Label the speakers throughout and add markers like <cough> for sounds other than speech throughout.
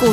Speaker 1: 股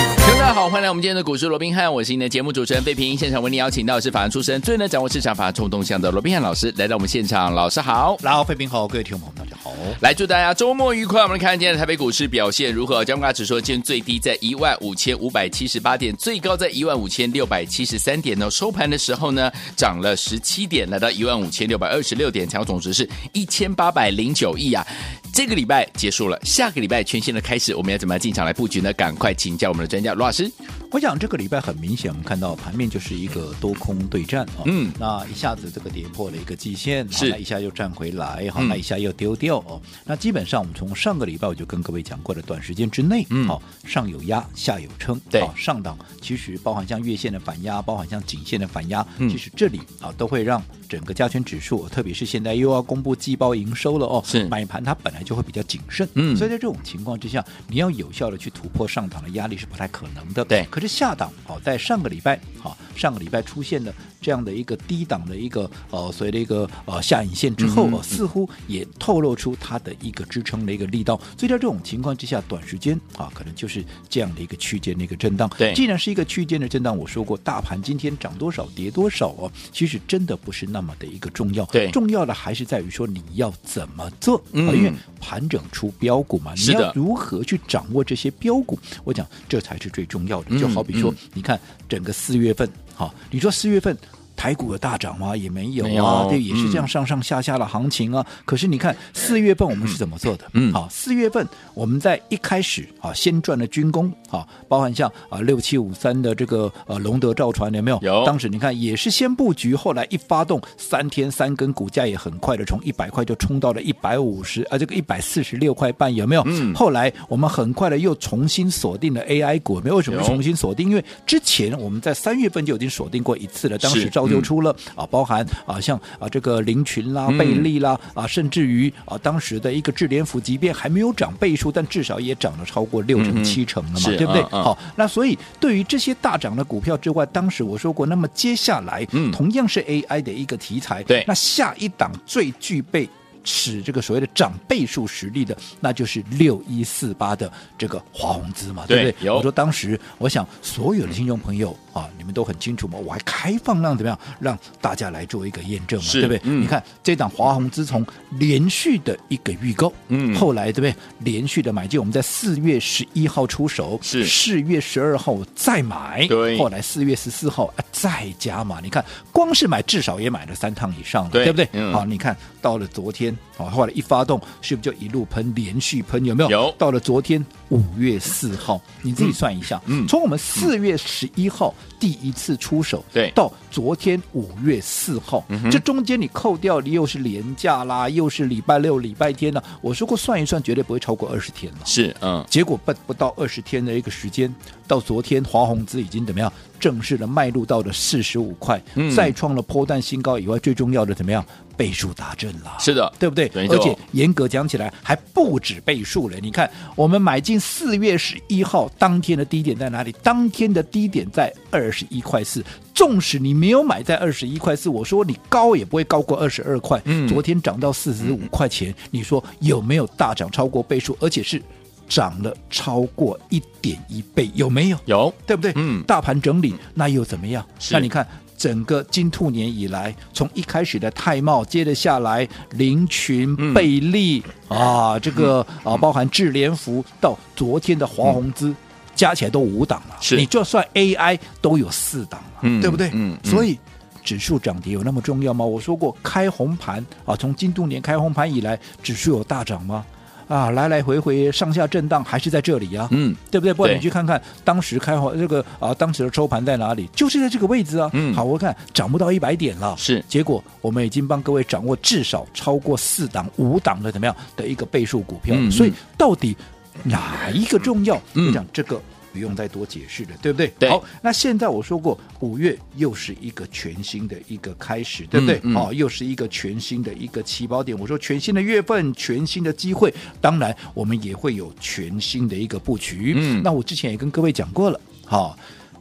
Speaker 2: 大家好，欢迎来我们今天的股市罗宾汉，我是你的节目主持人费平。现场为你邀请到的是法案出身、最能掌握市场法案冲动向的罗宾汉老师，来到我们现场。老师好，
Speaker 3: 然后，费平好，各位听众朋友们，大家好。
Speaker 2: 来祝大家周末愉快。我们看今天的台北股市表现如何？加权指数今天最低在一万五千五百七十八点，最高在一万五千六百七十三点呢。收盘的时候呢，涨了十七点，来到一万五千六百二十六点，成交总值是一千八百零九亿啊。这个礼拜结束了，下个礼拜全新的开始，我们要怎么样进场来布局呢？赶快请教我们的专家罗老师。
Speaker 3: 我想这个礼拜很明显，我们看到盘面就是一个多空对战啊、
Speaker 2: 嗯
Speaker 3: 那一下子这个跌破了一个季线，好
Speaker 2: 是
Speaker 3: 那一下又站回来，好，
Speaker 2: 嗯
Speaker 3: 那一下又丢掉哦。那基本上我们从上个礼拜我就跟各位讲过了，短时间之内，
Speaker 2: 嗯
Speaker 3: 好、上有压，下有撑，
Speaker 2: 对
Speaker 3: 好上档其实包含像月线的反压，包含像颈线的反压，
Speaker 2: 嗯
Speaker 3: 其实这里啊都会让整个加权指数，特别是现在又要公布季报营收了哦，
Speaker 2: 是
Speaker 3: 买盘它本来就会比较谨慎，
Speaker 2: 嗯
Speaker 3: 所以在这种情况之下，你要有效的去突破上档的压力是不太可能的，
Speaker 2: 对
Speaker 3: 可是下档好、在上个礼拜好、上个礼拜出现了这样的一个低档的一个呃所谓的一个呃下影线之后、
Speaker 2: 嗯
Speaker 3: 呃似乎也透露出它的一个支撑的一个力道，所以在这种情况之下，短时间啊、可能就是这样的一个区间的一个震荡。
Speaker 2: 对
Speaker 3: 既然是一个区间的震荡，我说过大盘今天涨多少跌多少哦，其实真的不是那么的一个重要，
Speaker 2: 对
Speaker 3: 重要的还是在于说你要怎么做，啊
Speaker 2: 嗯
Speaker 3: 因为盘整出标股嘛，你
Speaker 2: 是的
Speaker 3: 要如何去掌握这些标股？我讲这才是最重要的。就
Speaker 2: 嗯
Speaker 3: 好比说，
Speaker 2: 嗯
Speaker 3: 你看整个四月份，好，你说四月份。台股有大涨吗？也没有啊，
Speaker 2: 没有
Speaker 3: 对，也是这
Speaker 2: 嗯
Speaker 3: 样上上下下的行情啊。可是你看四月份我们是怎么做的？
Speaker 2: 嗯
Speaker 3: 好，四月份我们在一开始啊，先赚了军工啊，包含像啊六七五三的这个呃龙德造船有没有？
Speaker 2: 有
Speaker 3: 当时你看也是先布局，后来一发动三天三根，股价也很快的从一百块就冲到了一百五十啊，这个一百四十六块半有没有？
Speaker 2: 嗯
Speaker 3: 后来我们很快的又重新锁定了 AI 股，有没有？为什么
Speaker 2: 有
Speaker 3: 重新锁定？因为之前我们在三月份就已经锁定过一次了，当
Speaker 2: 是
Speaker 3: 时造
Speaker 2: 嗯
Speaker 3: 就出了、啊，包含啊像啊这个林群啦、
Speaker 2: 嗯
Speaker 3: 贝利啦啊，甚至于啊当时的一个智联福，即便还没有涨倍数，但至少也涨了超过六
Speaker 2: 嗯哼
Speaker 3: 成七成了嘛，
Speaker 2: 是
Speaker 3: 对不对？
Speaker 2: 嗯嗯
Speaker 3: 好，那所以对于这些大涨的股票之外，当时我说过，那么接下来、
Speaker 2: 嗯
Speaker 3: 同样是 AI 的一个题材，
Speaker 2: 对
Speaker 3: 那下一档最具备。使这个所谓的涨倍数实力的，那就是六一四八的这个华宏资嘛，对
Speaker 2: 对
Speaker 3: 不对？
Speaker 2: 有
Speaker 3: 我说当时，我想所有的听众朋友啊，你们都很清楚嘛，我还开放让怎么样，让大家来做一个验证嘛，
Speaker 2: 是
Speaker 3: 对不对？
Speaker 2: 嗯
Speaker 3: 你看这档华宏资从连续的一个预购，
Speaker 2: 嗯
Speaker 3: 后来对不对？连续的买进，我们在四月十一号出手，
Speaker 2: 是
Speaker 3: 四月十二号再买，
Speaker 2: 对
Speaker 3: 后来四月十四号、啊、再加嘛，你看光是买至少也买了三趟以上了，
Speaker 2: 对
Speaker 3: 不对？
Speaker 2: 嗯
Speaker 3: 好，你看到了昨天，好，后来一发动，是不是就一路喷，连续喷，有没有？
Speaker 2: 有
Speaker 3: 到了昨天五月四号，你自己算一下，
Speaker 2: 嗯嗯
Speaker 3: 从我们四月十一号第一次出手，
Speaker 2: 对
Speaker 3: 到昨天五月四号，这中间你扣掉，你又是连假啦，又是礼拜六、礼拜天呢、我说过算一算，绝对不会超过二十天了。
Speaker 2: 是，嗯，
Speaker 3: 结果不不到二十天的一个时间，到昨天华宏资已经怎么样正式的迈入到了四十五块，
Speaker 2: 嗯
Speaker 3: 再创了波段新高以外，最重要的怎么样倍数达阵了。
Speaker 2: 是的，
Speaker 3: 对不对
Speaker 2: 没？错
Speaker 3: 而且严格讲起来还不止倍数了。你看，我们买进四月十一号当天的低点在哪里？当天的低点在二十一块四。纵使你没有买在二十一块四，我说你高也不会高过二十二块。
Speaker 2: 嗯
Speaker 3: 昨天涨到四十五块钱，你说有没有大涨超过倍数？而且是涨了超过一点一倍，有没有？
Speaker 2: 有，
Speaker 3: 对不对？
Speaker 2: 嗯
Speaker 3: 大盘整理那又怎么样？
Speaker 2: 是
Speaker 3: 那你看整个金兔年以来，从一开始的泰茂，接着下来林群、
Speaker 2: 嗯
Speaker 3: 贝利啊，这个啊，包含智联福到昨天的华宏资。加起来都五档了，
Speaker 2: 嗯是
Speaker 3: 你就算 AI 都有四档了，
Speaker 2: 嗯
Speaker 3: 对不对？
Speaker 2: 嗯嗯
Speaker 3: 所以指数涨跌有那么重要吗？我说过开红盘啊，从金兔年开红盘以来，指数有大涨吗？啊，来来回回上下震荡还是在这里啊，
Speaker 2: 嗯，
Speaker 3: 对不对？不然
Speaker 2: 对
Speaker 3: 你去看看当时开盘这个啊、当时的收盘在哪里？就是在这个位置啊。
Speaker 2: 嗯
Speaker 3: 好，我看涨不到一百点了。
Speaker 2: 是
Speaker 3: 结果我们已经帮各位掌握至少超过四档、五档的怎么样的一个倍数股票了，
Speaker 2: 嗯嗯
Speaker 3: 所以到底哪一个重要？
Speaker 2: 嗯
Speaker 3: 我讲这个不用再多解释了，对不对？
Speaker 2: 对
Speaker 3: 好，那现在我说过，五月又是一个全新的一个开始，对不对？
Speaker 2: 嗯嗯
Speaker 3: 哦，又是一个全新的一个起跑点。我说全新的月份，全新的机会，当然我们也会有全新的一个布局。
Speaker 2: 嗯
Speaker 3: 那我之前也跟各位讲过了，好、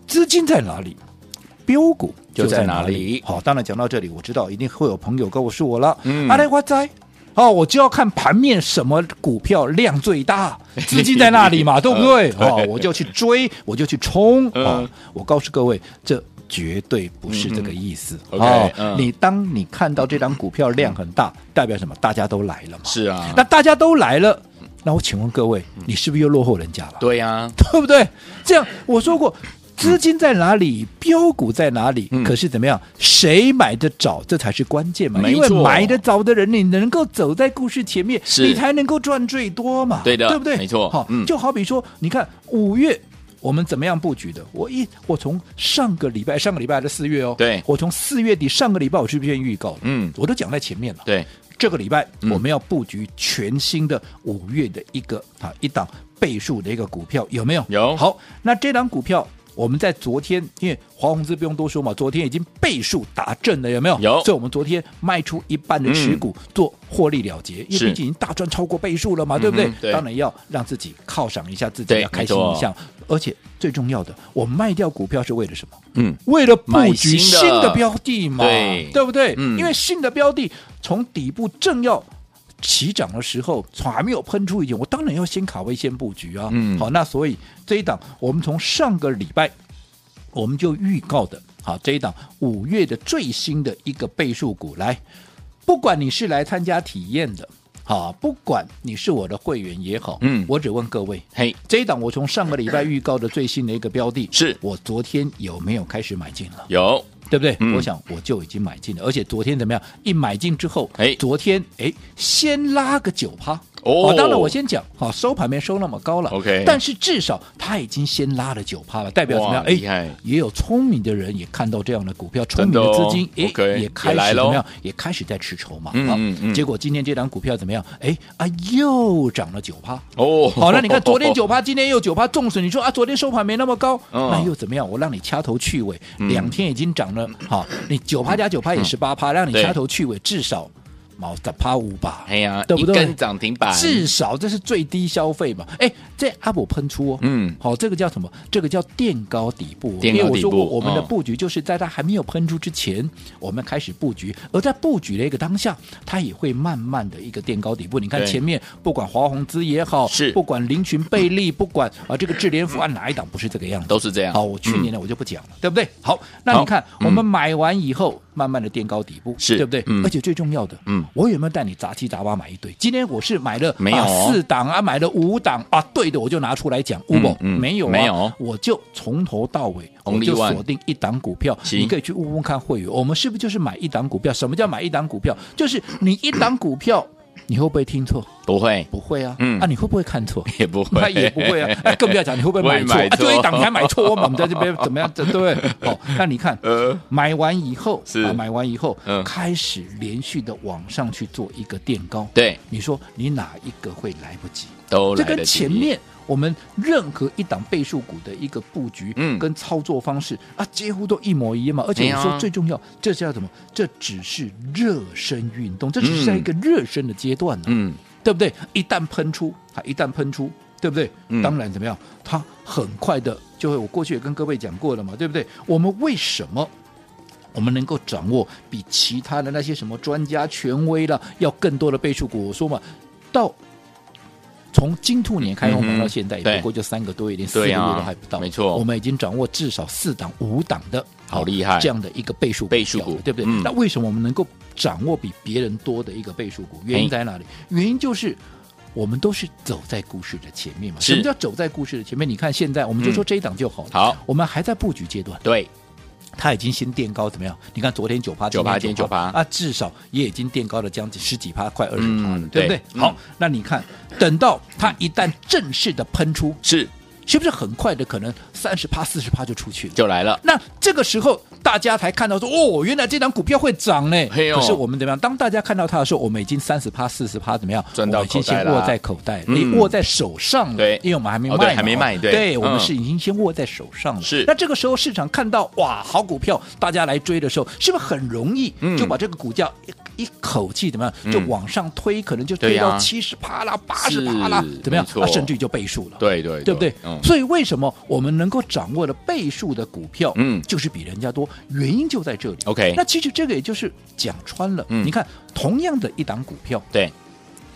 Speaker 3: 资金在哪里？标股
Speaker 2: 就在哪
Speaker 3: 哪
Speaker 2: 里
Speaker 3: 好，当然讲到这里，我知道一定会有朋友告诉我了，
Speaker 2: 嗯
Speaker 3: 阿雷瓜仔。哦，我就要看盘面什么股票量最
Speaker 2: <laughs>
Speaker 3: 大，资金在那里嘛，对不对？哦，我就去追，我就去冲。哦
Speaker 2: 嗯，
Speaker 3: 我告诉各位，这绝对不是这个意思。
Speaker 2: 嗯哼 OK，嗯
Speaker 3: 哦，你当你看到这张股票量很大，代表什么？大家都来了嘛。
Speaker 2: 是啊
Speaker 3: 那，大家都来了，那我请问各位，你是不是又落后人家了？
Speaker 2: 对啊
Speaker 3: <laughs>
Speaker 2: 呀，
Speaker 3: 对不对？这样我说过，资金在哪里，标股在哪里，
Speaker 2: 嗯
Speaker 3: 可是怎么样，谁买得早，这才是关键嘛。
Speaker 2: 没
Speaker 3: 因为
Speaker 2: 错
Speaker 3: 买得早的人，你能够走在故事前面，
Speaker 2: 是
Speaker 3: 你才能够赚最多嘛。
Speaker 2: 对的
Speaker 3: 对不对？
Speaker 2: 没错
Speaker 3: 好
Speaker 2: 嗯，
Speaker 3: 就好比说，你看五月。我们怎么样布局的？我一我从上个礼拜，上个礼拜还是四月哦，
Speaker 2: 对
Speaker 3: 我从四月底上个礼拜我是不是先预告了？
Speaker 2: 嗯
Speaker 3: 我都讲在前面了。
Speaker 2: 对，
Speaker 3: 这个礼拜
Speaker 2: 嗯
Speaker 3: 我们要布局全新的五月的一个啊一档倍数的一个股票，有没有？
Speaker 2: 有
Speaker 3: 好，那这档股票。我们在昨天，因为华虹资不用多说嘛，昨天已经倍数达阵了，有没有？
Speaker 2: 有嗯
Speaker 3: 所以我们昨天卖出一半的持股、做获利了结，因为
Speaker 2: 是
Speaker 3: 毕竟已经大赚超过倍数了嘛，对不对
Speaker 2: 嗯哼？对
Speaker 3: 当然要让自己犒赏一下自己，
Speaker 2: 对
Speaker 3: 要开心
Speaker 2: 没错
Speaker 3: 一下。而且最重要的，我卖掉股票是为了什么？
Speaker 2: 嗯，
Speaker 3: 为了布
Speaker 2: 买新
Speaker 3: 局
Speaker 2: 的
Speaker 3: 新的标的嘛，
Speaker 2: 对
Speaker 3: 不对？
Speaker 2: 嗯
Speaker 3: 因为新的标的从底部正要。起涨的时候，还没有喷出以前，我当然要先卡位、先布局啊。
Speaker 2: 嗯
Speaker 3: 好，那所以这一档，我们从上个礼拜我们就预告的，好，这一档五月的最新的一个倍数股来，不管你是来参加体验的，好，不管你是我的会员也好，
Speaker 2: 嗯
Speaker 3: 我只问各位，
Speaker 2: 嘿，
Speaker 3: 这一档我从上个礼拜预告的最新的一个标的，
Speaker 2: 是
Speaker 3: 我昨天有没有开始买进了？
Speaker 2: 有，
Speaker 3: 对不对？
Speaker 2: 嗯
Speaker 3: 我想我就已经买进了，而且昨天怎么样？一买进之后，
Speaker 2: 哎
Speaker 3: 昨天哎，先拉个九趴。
Speaker 2: 哦
Speaker 3: 当然我先讲，好、收盘没收那么高了
Speaker 2: OK
Speaker 3: 但是至少它已经先拉了九趴了，代表怎么样？哎
Speaker 2: 哇厉害
Speaker 3: 也有聪明的人也看到这样的股票，聪
Speaker 2: 真
Speaker 3: 明
Speaker 2: 的
Speaker 3: 的
Speaker 2: 哦
Speaker 3: 资金，哎、
Speaker 2: OK，
Speaker 3: 也开
Speaker 2: 也来
Speaker 3: 始
Speaker 2: 咯
Speaker 3: 怎么样？也开始在吃筹码
Speaker 2: 嗯
Speaker 3: 好
Speaker 2: 嗯嗯
Speaker 3: 结果今天这档股票怎么样？哎啊，又涨了九趴。
Speaker 2: 哦，
Speaker 3: <laughs> 好，那你看昨
Speaker 2: <laughs>
Speaker 3: 天九趴，今天又九趴，纵使你说啊，昨天收盘没那么高，
Speaker 2: 嗯
Speaker 3: 那又怎么样？我让你掐头去尾，两天已经涨了，好，你九趴加九趴也十八趴，让你
Speaker 2: 对
Speaker 3: 掐头去尾，至少毛十趴五吧，
Speaker 2: 哎呀，
Speaker 3: 对不对
Speaker 2: 一根涨停板，
Speaker 3: 至少这是最低消费嘛。哎，这阿伯喷出哦，
Speaker 2: 嗯
Speaker 3: 好，这个叫什么？这个叫垫高底部哦。
Speaker 2: 垫高
Speaker 3: 因为我
Speaker 2: 底
Speaker 3: 说过，
Speaker 2: 部
Speaker 3: 我们的
Speaker 2: 嗯
Speaker 3: 布局就是在它还没有喷出之前，我们开始布局，而在布局的一个当下，它也会慢慢的一个垫高底部。你看
Speaker 2: 对
Speaker 3: 前面不管华宏资也好，
Speaker 2: 是
Speaker 3: 不管林群贝利，不管啊这个智联福啊哪一档不是这个样子？
Speaker 2: 都是这样。
Speaker 3: 好，我去年
Speaker 2: 嗯
Speaker 3: 呢我就不讲了，对不对？好，那
Speaker 2: 好
Speaker 3: 你看
Speaker 2: 嗯
Speaker 3: 我们买完以后，慢慢的垫高底部，
Speaker 2: 是
Speaker 3: 对不对
Speaker 2: 嗯？
Speaker 3: 而且最重要的，
Speaker 2: 嗯
Speaker 3: 我有没有带你杂七杂八买一堆？今天我是买了
Speaker 2: 没有
Speaker 3: 啊
Speaker 2: 哦
Speaker 3: 四档啊，买了五档啊，对的，我就拿出来讲，五宝
Speaker 2: 嗯
Speaker 3: 没有啊
Speaker 2: 没有
Speaker 3: 我就从头到尾
Speaker 2: Only
Speaker 3: 我就
Speaker 2: one
Speaker 3: 锁定一档股票，
Speaker 2: 行
Speaker 3: 你可以去问问看会员，我们是不是就是买一档股票？什么叫买一档股票？就是你一档股票，你会不会听错？
Speaker 2: 不会，
Speaker 3: 不会啊，
Speaker 2: 嗯
Speaker 3: 啊，你会不会看错？
Speaker 2: 也不
Speaker 3: <laughs>
Speaker 2: 会，
Speaker 3: 那也不会啊，那更不要讲你会不会买错，
Speaker 2: 会买
Speaker 3: 啊，
Speaker 2: 错
Speaker 3: 就一档你还买错，我们在
Speaker 2: <laughs>
Speaker 3: 这边怎么样？对不对？好，那你看，
Speaker 2: 呃
Speaker 3: 买完以后
Speaker 2: 是
Speaker 3: 啊，买完以后
Speaker 2: 嗯
Speaker 3: 开始连续的往上去做一个垫高，
Speaker 2: 对，
Speaker 3: 你说你哪一个会来不及？
Speaker 2: 都
Speaker 3: 这
Speaker 2: 来
Speaker 3: 跟
Speaker 2: 得及
Speaker 3: 前面我们任何一档倍数股的一个布局，
Speaker 2: 嗯
Speaker 3: 跟操作方式啊，几乎都一模一样嘛。而
Speaker 2: 哎
Speaker 3: 且
Speaker 2: 呀
Speaker 3: 我说最重要，这是要怎么？这只是热身运动，这只是在一个热身的阶段呢、
Speaker 2: 嗯，
Speaker 3: 对不对？一旦喷出，它一旦喷出，对不对？
Speaker 2: 嗯
Speaker 3: 当然怎么样，它很快的就会。我过去也跟各位讲过了嘛，对不对？我们为什么？我们能够掌握比其他的那些什么专家权威了要更多的倍数股，我说嘛，到从金兔年开红
Speaker 2: 嗯
Speaker 3: 盘
Speaker 2: 哼
Speaker 3: 到现在，也
Speaker 2: 对
Speaker 3: 不过就三个多月，连四个
Speaker 2: 对
Speaker 3: 月
Speaker 2: 啊
Speaker 3: 都还不到，
Speaker 2: 没错
Speaker 3: 我们已经掌握至少四档、五档的，
Speaker 2: 好厉害
Speaker 3: 这样的一个倍数股
Speaker 2: 倍数
Speaker 3: 票了
Speaker 2: 股
Speaker 3: 对不对？
Speaker 2: 嗯
Speaker 3: 那为什么我们能够掌握比别人多的一个倍数股？原因
Speaker 2: 嘿
Speaker 3: 在哪里？原因就是。我们都是走在故事的前面嘛？
Speaker 2: 是
Speaker 3: 什么叫走在故事的前面？你看现在，我们就说
Speaker 2: 嗯
Speaker 3: 这一档就好了。
Speaker 2: 好，
Speaker 3: 我们还在布局阶段，
Speaker 2: 对，
Speaker 3: 它已经先垫高怎么样？你看昨天九
Speaker 2: 9%
Speaker 3: 趴，今
Speaker 2: 今天9%
Speaker 3: 啊，至少也已经垫高了将近十几趴，快二十趴了，
Speaker 2: 嗯
Speaker 3: 对不
Speaker 2: 对
Speaker 3: 对？
Speaker 2: 嗯
Speaker 3: 好，那你看，等到它一旦正式的喷出，
Speaker 2: 是
Speaker 3: 是不是很快的可能三十趴、四十趴就出去了？
Speaker 2: 就来了，
Speaker 3: 那这个时候大家才看到说，哦，原来这张股票会涨呢。
Speaker 2: 嘿哦
Speaker 3: 可是我们怎么样？当大家看到它的时候，我们已经三十趴、四十趴怎么样？
Speaker 2: 赚到
Speaker 3: 我们已经
Speaker 2: 口袋
Speaker 3: 先
Speaker 2: 啦
Speaker 3: 握在口袋，
Speaker 2: 嗯
Speaker 3: 你、握在手上了。
Speaker 2: 对
Speaker 3: 因为我们还没卖
Speaker 2: 哦
Speaker 3: 嘛、
Speaker 2: 对还没卖对
Speaker 3: 我
Speaker 2: 嗯
Speaker 3: 们是已经先握在手上了。
Speaker 2: 是
Speaker 3: 那这个时候市场看到哇，好股票，大家来追的时候，是不是很容易
Speaker 2: 嗯
Speaker 3: 就把这个股价一一口气怎么样就
Speaker 2: 嗯
Speaker 3: 往上推？可能就
Speaker 2: 对
Speaker 3: 推
Speaker 2: 呀
Speaker 3: 到七十趴啦、八十趴啦
Speaker 2: 是，
Speaker 3: 怎么样
Speaker 2: 没？错
Speaker 3: 啊，甚至于就倍数了。
Speaker 2: 对对
Speaker 3: 对不对？
Speaker 2: 嗯，
Speaker 3: 所以为什么我们能够掌握的倍数的股票，
Speaker 2: 嗯
Speaker 3: 就是比人家多，原因就在这里。
Speaker 2: OK
Speaker 3: 那其实这个也就是讲穿了，
Speaker 2: 嗯
Speaker 3: 你看同样的一档股票，
Speaker 2: 对，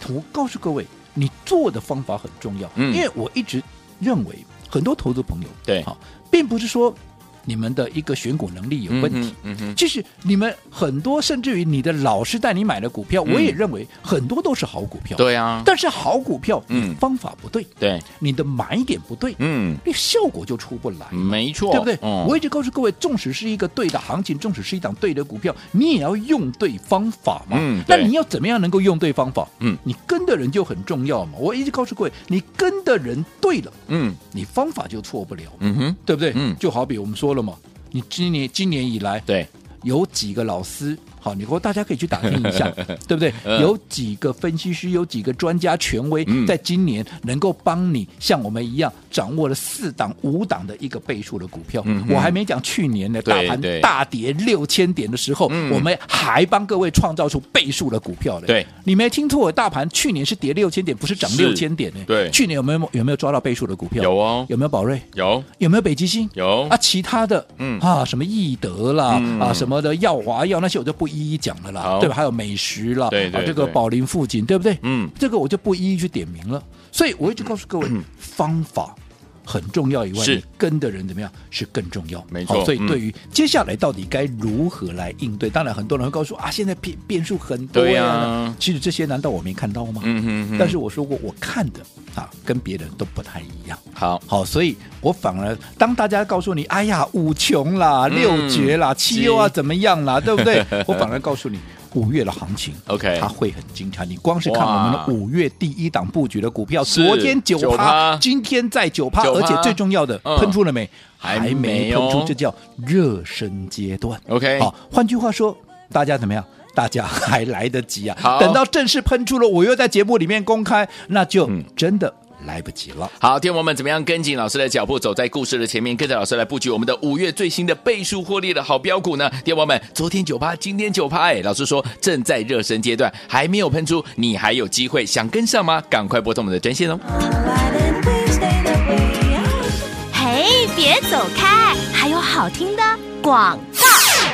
Speaker 3: 我告诉各位，你做的方法很重要，
Speaker 2: 嗯
Speaker 3: 因为我一直认为很多投资朋友
Speaker 2: 对
Speaker 3: 好、并不是说你们的一个选股能力有问题。
Speaker 2: 嗯哼，嗯哼，
Speaker 3: 就是你们很多，甚至于你的老师带你买的股票，
Speaker 2: 嗯
Speaker 3: 我也认为很多都是好股票。，
Speaker 2: 对啊，
Speaker 3: 但是好股票，
Speaker 2: 嗯
Speaker 3: 你方法不对，
Speaker 2: 对，
Speaker 3: 你的买点不对，
Speaker 2: 嗯，
Speaker 3: 那效果就出不来，
Speaker 2: 没错，
Speaker 3: 对不对？
Speaker 2: 嗯
Speaker 3: 我一直告诉各位，纵使是一个对的行情，纵使是一档对的股票，你也要用对方法嘛。
Speaker 2: 嗯
Speaker 3: 那
Speaker 2: 对
Speaker 3: 你要怎么样能够用对方法？
Speaker 2: 嗯
Speaker 3: 你跟的人就很重要嘛。我一直告诉各位，你跟的人对了，
Speaker 2: 嗯
Speaker 3: 你方法就错不了嘛，
Speaker 2: 嗯哼，
Speaker 3: 对不对？
Speaker 2: 嗯
Speaker 3: 就好比我们说了嘛，你今年今年以来，
Speaker 2: 对，
Speaker 3: 有几个老师，好，你给我大家可以去打听一
Speaker 2: <laughs>
Speaker 3: 下，对不对？
Speaker 2: 嗯
Speaker 3: 有几个分析师，有几个专家权威
Speaker 2: 嗯，
Speaker 3: 在今年能够帮你像我们一样掌握了四档、五档的一个倍数的股票。
Speaker 2: 嗯哼
Speaker 3: 我还没讲去年的大
Speaker 2: 对
Speaker 3: 盘
Speaker 2: 对
Speaker 3: 大跌六千点的时候，
Speaker 2: 嗯
Speaker 3: 我们还帮各位创造出倍数的股票嘞。
Speaker 2: 对，
Speaker 3: 你没听错，大盘去年是跌六千点，不是涨
Speaker 2: 是
Speaker 3: 六千点呢。
Speaker 2: 对
Speaker 3: 去年有没有有没有抓到倍数的股票？
Speaker 2: 有哦，
Speaker 3: 有没有宝瑞？
Speaker 2: 有
Speaker 3: 有没有北极星？
Speaker 2: 有
Speaker 3: 啊，，其他的，
Speaker 2: 嗯
Speaker 3: 啊，什么易德啦，
Speaker 2: 嗯
Speaker 3: 啊，什么的耀华药那些我就不一一讲了啦
Speaker 2: 好，
Speaker 3: 对吧？还有美食啦，
Speaker 2: 对对
Speaker 3: 啊，这个
Speaker 2: 对
Speaker 3: 宝林富锦，对不对？
Speaker 2: 嗯，
Speaker 3: 这个我就不一一去点名了。所以我一直告诉各位， <clears throat> 方法很重要以外，
Speaker 2: 是
Speaker 3: 你跟的人怎么样是更重要，
Speaker 2: 没错
Speaker 3: 好所以
Speaker 2: 嗯
Speaker 3: 对于接下来到底该如何来应对，当然很多人会告诉我啊，现在变变数很多
Speaker 2: 对
Speaker 3: 呀、
Speaker 2: 呀
Speaker 3: 其实这些难道我没看到吗？
Speaker 2: 嗯哼哼，
Speaker 3: 但是我说过，我看的啊跟别人都不太一样。
Speaker 2: 好，
Speaker 3: 好，所以我反而当大家告诉你，哎呀，五穷啦，
Speaker 2: 嗯
Speaker 3: 六绝啦，七
Speaker 2: 是
Speaker 3: 优啊，怎么样
Speaker 2: <laughs>
Speaker 3: 啦，对不对？我反而告诉你，五月的行情
Speaker 2: OK
Speaker 3: 它会很精彩。你光是看
Speaker 2: 哇
Speaker 3: 我们的五月第一档布局的股票，
Speaker 2: 是
Speaker 3: 昨天九
Speaker 2: 9%
Speaker 3: 趴，今天在九趴，
Speaker 2: 9%
Speaker 3: 而且最重要的
Speaker 2: 嗯，
Speaker 3: 喷出了没？
Speaker 2: 还
Speaker 3: 还
Speaker 2: 没
Speaker 3: 没
Speaker 2: 哦
Speaker 3: 喷出，这叫热身阶段。
Speaker 2: OK
Speaker 3: 好，换句话说，大家怎么样？大家还来得及
Speaker 2: 好
Speaker 3: 啊！等到正式喷出了，我又在节目里面公开，那就
Speaker 2: 嗯
Speaker 3: 真的来不及了。
Speaker 2: 好，天王们怎么样跟紧老师的脚步，走在故事的前面，跟着老师来布局我们的五月最新的倍数获利的好标股呢？天王们，昨天九趴，今天九趴，哎，老师说正在热身阶段，还没有喷出，你还有机会，想跟上吗？赶快拨通我们的专线哦。
Speaker 4: Why did we stay that way? I
Speaker 1: 嘿，别走开，还有好听的广。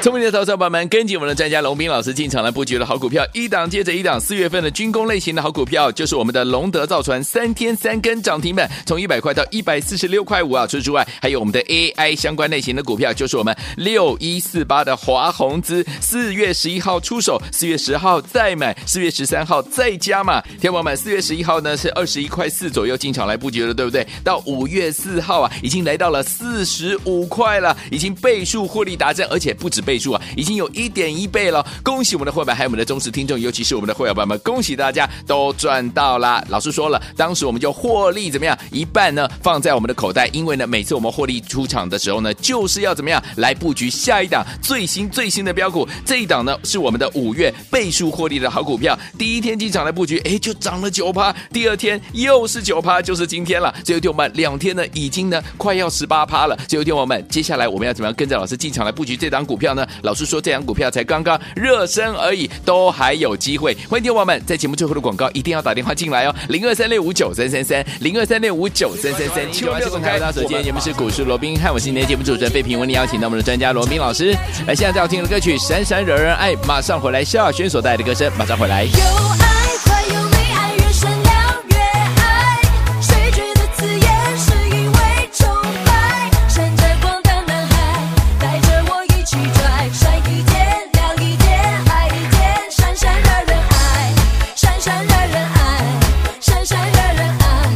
Speaker 2: 聪明的投资者朋友们，跟紧我们的专家龙斌老师进场来布局了好股票，一档接着一档。四月份的军工类型的好股票就是我们的龙德造船，三天三根涨停板，从一百块到一百四十六块五啊。除此之外，还有我们的 AI 相关类型的股票，就是我们六一四八的华宏资，四月十一号出手，四月十号再买，四月十三号再加码。天王们，四月十一号呢是二十一块四左右进场来布局了，对不对？到五月四号啊，已经来到了四十五块了，已经倍数获利达阵，而且不止倍数啊，已经有一点一倍了。恭喜我们的会员，还有我们的忠实听众，尤其是我们的会员朋友们，恭喜大家都赚到啦！老师说了，当时我们就获利怎么样，一半呢放在我们的口袋，因为呢每次我们获利出场的时候呢，就是要怎么样来布局下一档最新最新的标股。这一档呢是我们的五月倍数获利的好股票，第一天进场来布局，哎就涨了九趴，第二天又是九趴，就是今天了。所以天我们两天呢已经呢快要十八趴了。所以天我们接下来我们要怎么样跟着老师进场来布局这档股票呢？老师说这档股票才刚刚热身而已，都还有机会。欢迎听我们在节目最后的广告一定要打电话进来哦，零二三六五九三三三，零二三六五九三三三，千万不要走开。大家首先节目是股市罗宾汉，我是你的节目主持人费平，为你邀请到我们的专家罗宾老师。来，现在要听的歌曲《闪闪惹人爱》，马上回来，萧亚轩所带来的歌声，马上回来。
Speaker 4: 有爱才有美，爱越闪亮越爱。谁觉得刺眼，是因为崇拜。闪着光的男孩，带着我一起拽，闪一点，亮一点，爱一点，闪闪惹人爱，闪闪惹人爱，闪闪惹人爱，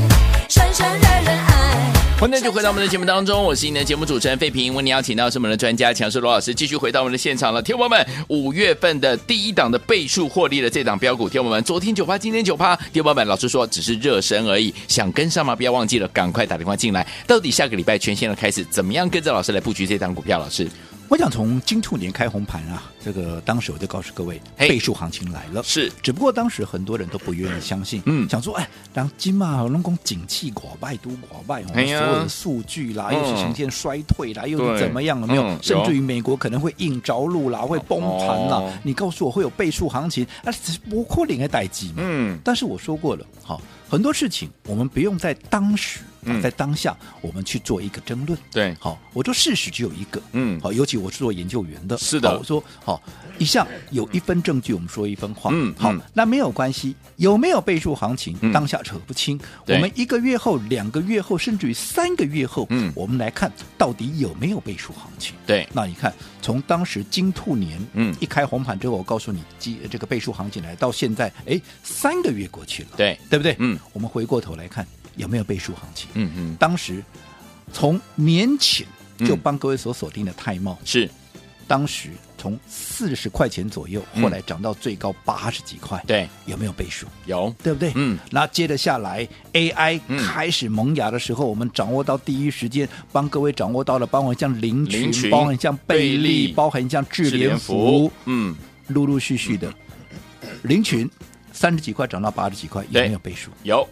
Speaker 4: 闪闪惹人爱。
Speaker 2: 欢迎的就回到我们的节目当中，我是你的节目主持人费平，为你邀请到是我们的专家强叔罗老师，继续回到我们的现场了。听众朋友们，五月份的第一档的倍数获利的这档标股，听众朋友们，昨天九趴，今天九趴，听众朋友们，老师说只是热身而已，想跟上吗？不要忘记了，赶快打电话进来。到底下个礼拜全线的开始，怎么样跟着老师来布局这档股票？老师
Speaker 3: 我想从金兔年开红盘啊，这个当时我就告诉各位，
Speaker 2: 嘿
Speaker 3: 倍数行情来了。
Speaker 2: 是
Speaker 3: 只不过当时很多人都不愿意相信，
Speaker 2: 嗯
Speaker 3: 想说哎，然后金嘛，龙宫景气寡败都寡败，哦
Speaker 2: 哎
Speaker 3: 所
Speaker 2: 呀
Speaker 3: 有的数据啦，
Speaker 2: 嗯
Speaker 3: 又是呈现衰退啦，又
Speaker 2: 对
Speaker 3: 是怎么样了没有
Speaker 2: 嗯？
Speaker 3: 甚至于美国可能会硬着陆啦，会崩盘啦
Speaker 2: 哦。
Speaker 3: 你告诉我会有倍数行情，啊，不过领个代机嘛。
Speaker 2: 嗯
Speaker 3: 但是我说过了，好，很多事情我们不用在当时
Speaker 2: 嗯，
Speaker 3: 在当下我们去做一个争论。
Speaker 2: 对
Speaker 3: 好，我说事实只有一个，
Speaker 2: 嗯
Speaker 3: 好，尤其我是做研究员的，
Speaker 2: 是的
Speaker 3: 好我说好，一项有一分证据，我们说一分话，
Speaker 2: 嗯
Speaker 3: 好
Speaker 2: 嗯，
Speaker 3: 那没有关系，有没有倍数行情
Speaker 2: 嗯，
Speaker 3: 当下扯不清，
Speaker 2: 对
Speaker 3: 我们一个月后、两个月后，甚至于三个月后，
Speaker 2: 嗯
Speaker 3: 我们来看到底有没有倍数行情。
Speaker 2: 对，
Speaker 3: 那你看，从当时金兔年，
Speaker 2: 嗯
Speaker 3: 一开红盘之后，我告诉你，基这个倍数行情来到现在，哎，三个月过去了，
Speaker 2: 对
Speaker 3: 对不对？
Speaker 2: 嗯，
Speaker 3: 我们回过头来看有没有倍数行情。
Speaker 2: 嗯嗯
Speaker 3: 当时从年前就
Speaker 2: 嗯
Speaker 3: 帮各位所锁定的泰茂，
Speaker 2: 是
Speaker 3: 当时从四十块钱左右，
Speaker 2: 嗯
Speaker 3: 后来涨到最高八十几块，，
Speaker 2: 对
Speaker 3: 有没有倍数？
Speaker 2: 有
Speaker 3: 对不对？
Speaker 2: 嗯，
Speaker 3: 那接着下来，AI
Speaker 2: 嗯
Speaker 3: 开始萌芽的时候，我们掌握到第一时间，帮各位掌握到了，包含像林群，
Speaker 2: 林群
Speaker 3: 包含像贝
Speaker 2: 贝
Speaker 3: 利
Speaker 2: 利，
Speaker 3: 包含像智
Speaker 2: 智
Speaker 3: 联福，
Speaker 2: 嗯
Speaker 3: 陆陆续续的，林群三十几块涨到八十几块，有
Speaker 2: 对
Speaker 3: 没有倍数？
Speaker 2: 有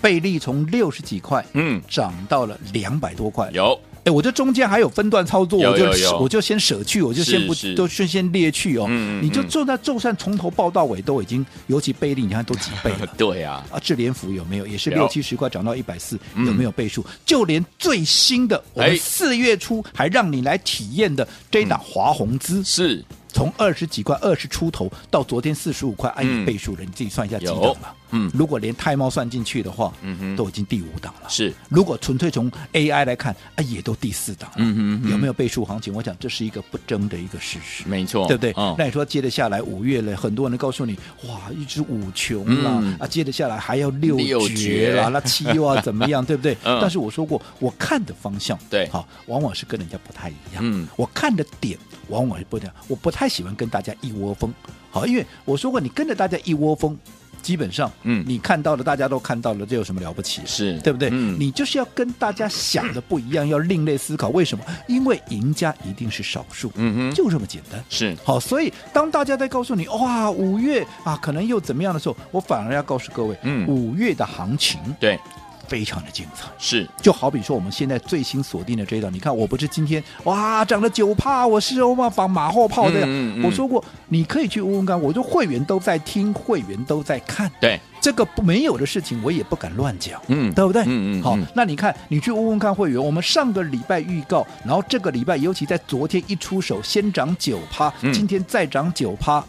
Speaker 3: 贝利从六十几块，
Speaker 2: 嗯
Speaker 3: 涨到了两百多块，
Speaker 2: 有 <laughs>
Speaker 3: 哎，我这中间还有分段操作，
Speaker 2: 有
Speaker 3: 我就
Speaker 2: 有有
Speaker 3: 我就先舍去，我就是先不
Speaker 2: 是
Speaker 3: 都先先列去哦。
Speaker 2: 嗯嗯
Speaker 3: 你就
Speaker 2: 嗯。
Speaker 3: 就算就算从头报到尾都已经，尤其倍率你看都几倍了
Speaker 2: <laughs> 对啊，
Speaker 3: 啊，智联福有没有也是
Speaker 2: 有
Speaker 3: 六七十块涨到一百四，
Speaker 2: 嗯
Speaker 3: 有没有倍数？就连最新的，我们
Speaker 2: 哎嗯
Speaker 3: 四月初还让你来体验的这一档华宏资，
Speaker 2: 是
Speaker 3: 从二十几块、二十出头到昨天四十五块，按
Speaker 2: 嗯
Speaker 3: 一倍数了，你自己算一下几档
Speaker 2: 有
Speaker 3: 了？
Speaker 2: 嗯
Speaker 3: 如果连泰茂算进去的话，
Speaker 2: 嗯哼
Speaker 3: 都已经第五档了。
Speaker 2: 是
Speaker 3: 如果纯粹从 AI 来看，啊，也都第四档了，
Speaker 2: 嗯哼嗯哼
Speaker 3: 有没有倍数行情？我想这是一个不争的一个事实。
Speaker 2: 没错，
Speaker 3: 对不对？
Speaker 2: 嗯
Speaker 3: 那你说接着下来五月了，很多人告诉你，哇，一只五穷啦、
Speaker 2: 嗯
Speaker 3: 啊，接着下来还要六
Speaker 2: 六
Speaker 3: 绝
Speaker 2: 绝
Speaker 3: 啦，那七又
Speaker 2: <laughs>
Speaker 3: 要怎么样，对不对、
Speaker 2: 嗯
Speaker 3: 但是我说过，我看的方向
Speaker 2: 对
Speaker 3: 好，往往是跟人家不太一样。
Speaker 2: 嗯
Speaker 3: 我看的点往往是不一样，我不太喜欢跟大家一窝蜂。好，因为我说过，你跟着大家一窝蜂，基本上，
Speaker 2: 嗯
Speaker 3: 你看到的大家都看到了，这有什么了不起？
Speaker 2: 是
Speaker 3: 对不对？
Speaker 2: 嗯
Speaker 3: 你就是要跟大家想的不一样，要另类思考。为什么？因为赢家一定是少数，
Speaker 2: 嗯哼
Speaker 3: 就这么简单。
Speaker 2: 是
Speaker 3: 好，所以当大家在告诉你哇，五月啊可能又怎么样的时候，我反而要告诉各位，
Speaker 2: 嗯
Speaker 3: 五月的行情
Speaker 2: 对
Speaker 3: 非常的精彩。
Speaker 2: 是
Speaker 3: 就好比说我们现在最新锁定的这一档，你看我不是今天哇涨了九趴，我是欧巴防马后炮的呀，
Speaker 2: 嗯嗯嗯
Speaker 3: 我说过你可以去问问看，我说会员都在听，会员都在看，
Speaker 2: 对
Speaker 3: 这个不没有的事情，我也不敢乱讲，
Speaker 2: 嗯
Speaker 3: 对不对？
Speaker 2: 嗯嗯
Speaker 3: 好
Speaker 2: 嗯，
Speaker 3: 那你看，你去问问看会员，我们上个礼拜预告，然后这个礼拜，尤其在昨天一出手，先涨九趴
Speaker 2: 嗯，
Speaker 3: 今天再涨九趴，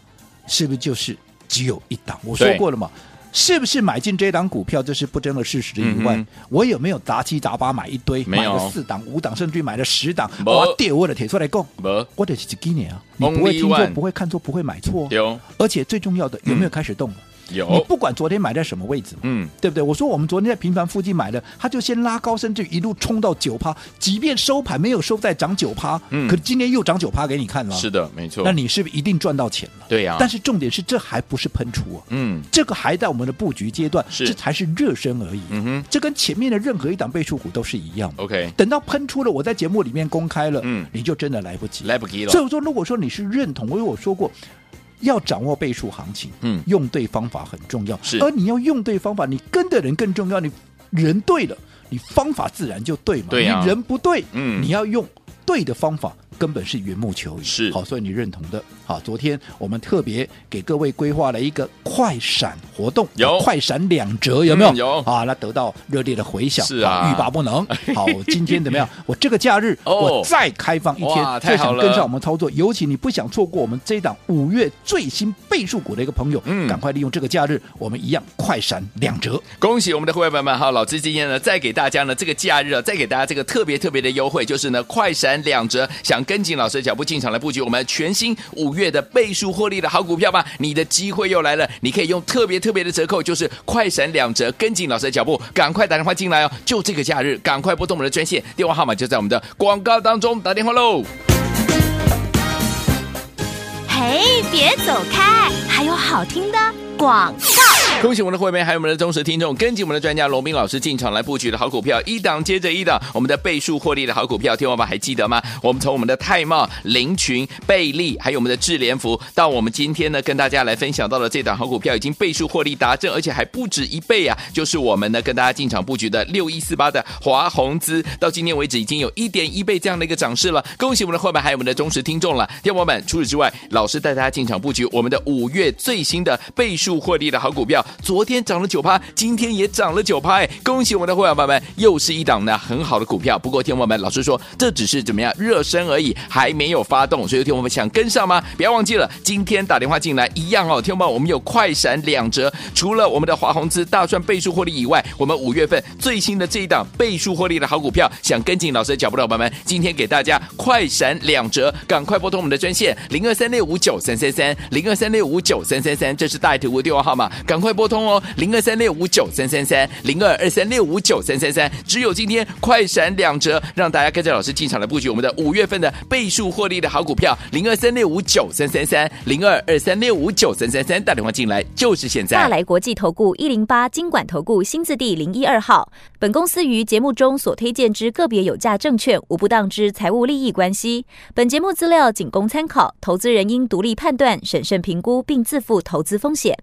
Speaker 3: 是不是就是只有一档？我说
Speaker 2: 对
Speaker 3: 过了嘛。是不是买进这档股票，这是不争的事实以外，
Speaker 2: 嗯哼
Speaker 3: 我有没有杂七杂八买一堆，
Speaker 2: 没
Speaker 3: 买
Speaker 2: 有
Speaker 3: 了四档、五档，甚至于买了十档？
Speaker 2: 没
Speaker 3: 哇，跌我的铁出来供，
Speaker 2: 不
Speaker 3: 我的是几年啊？你不会
Speaker 2: Only
Speaker 3: 听错
Speaker 2: one，
Speaker 3: 不会看错，不会买错哦。
Speaker 2: 有
Speaker 3: 而且最重要的，有没有开始动了？你
Speaker 2: 有
Speaker 3: 不管昨天买在什么位置嘛，
Speaker 2: 嗯
Speaker 3: 对不对？我说我们昨天在平盘附近买的，它就先拉高，甚至一路冲到九趴，即便收盘没有收在涨九趴，
Speaker 2: 嗯
Speaker 3: 可是今天又涨九趴给你看了，
Speaker 2: 是的啊没错，
Speaker 3: 那你是不是一定赚到钱了？
Speaker 2: 对呀，
Speaker 3: 但是重点是，这还不是喷出啊，
Speaker 2: 嗯
Speaker 3: 这个还在我们的布局阶段，
Speaker 2: 是
Speaker 3: 这才是热身而已。
Speaker 2: 嗯哼
Speaker 3: 这跟前面的任何一档倍数股都是一样的。
Speaker 2: OK
Speaker 3: 等到喷出了，我在节目里面公开了，
Speaker 2: 嗯
Speaker 3: 你就真的来不及了。
Speaker 2: 来不及了
Speaker 3: 所以我说，如果说你是认同，我有说过。要掌握倍数行情，
Speaker 2: 嗯
Speaker 3: 用对方法很重要。
Speaker 2: 是
Speaker 3: 而你要用对方法，你跟的人更重要。你人对了，你方法自然就对嘛。
Speaker 2: 对呀
Speaker 3: 你人不对，
Speaker 2: 嗯
Speaker 3: 你要用对的方法，根本是缘木求鱼。
Speaker 2: 是
Speaker 3: 好，所以你认同的。好，昨天我们特别给各位规划了一个快闪活动，
Speaker 2: 有
Speaker 3: 快闪两折，有没有？
Speaker 2: 嗯有
Speaker 3: 啊，那得到热烈的回响，
Speaker 2: <laughs> 是啊
Speaker 3: 欲罢不能。好，我今天
Speaker 2: <laughs>
Speaker 3: 怎么样？我这个假日、
Speaker 2: 哦
Speaker 3: 我再开放一
Speaker 2: 哇太
Speaker 3: 天，就
Speaker 2: 好
Speaker 3: 想
Speaker 2: 了
Speaker 3: 跟上我们操作。尤其你不想错过我们这一档五月最新倍数股的一个朋友，
Speaker 2: 嗯
Speaker 3: 赶快利用这个假日，我们一样快闪两折。
Speaker 2: 恭喜我们的会员朋友们哈！老师今天呢，再给大家呢这个假日啊，再给大家这个特别特别的优惠，就是呢快闪两折。想跟紧老师的脚步进场来布局我们全新五月的倍数获利的好股票吧。你的机会又来了，你可以用特别特别的折扣，就是快闪两折，跟紧老师的脚步，赶快打电话进来哦！就这个假日，赶快拨动我们的专线，电话号码就在我们的广告当中，打电话喽。
Speaker 1: 嘿，别走开，还有好听的广告。
Speaker 2: <laughs> 恭喜我们的会员，还有我们的忠实听众，跟紧我们的专家龙斌老师进场来布局的好股票，一档接着一档，我们的倍数获利的好股票，天王宝还记得吗？我们从我们的泰茂、林群、贝利，还有我们的智联福，到我们今天呢跟大家来分享到的这档好股票，已经倍数获利达阵，而且还不止一倍啊！就是我们呢跟大家进场布局的六一四八的华宏资，到今天为止已经有一点一倍这样的一个涨势了。恭喜我们的会员，还有我们的忠实听众了，天王们。除此之外，老师带大家进场布局我们的五月最新的倍数获利的好股票。昨天涨了九趴，今天也涨了九趴，哎，恭喜我们的会员朋友们，又是一档呢很好的股票。不过天王们，老师说这只是怎么样热身而已，还没有发动，所以天王们想跟上吗？不要忘记了，今天打电话进来一样哦，天王们，我们有快闪两折，除了我们的华宏资大赚倍数获利以外，我们五月份最新的这一档倍数获利的好股票，想跟紧老师的脚步的伙伴们，今天给大家快闪两折，赶快拨通我们的专线零二三六五九三三三零二三六五九三三三，这是大图的电话号码，赶快拨通哦，零二三六五九三三三零二二三六五九三三三，只有今天快闪两折，让大家跟着老师进场来布局我们的五月份的倍数获利的好股票，零二三六五九三三三零二二三六五九三三三，打电话进来就是现在
Speaker 5: 大。来国际投顾一零八金管投顾新字第零一二号。本公司于节目中所推荐之个别有价证券，无不当之财务利益关系。本节目资料仅供参考，投资人应独立判断、审慎评估，并自负投资风险。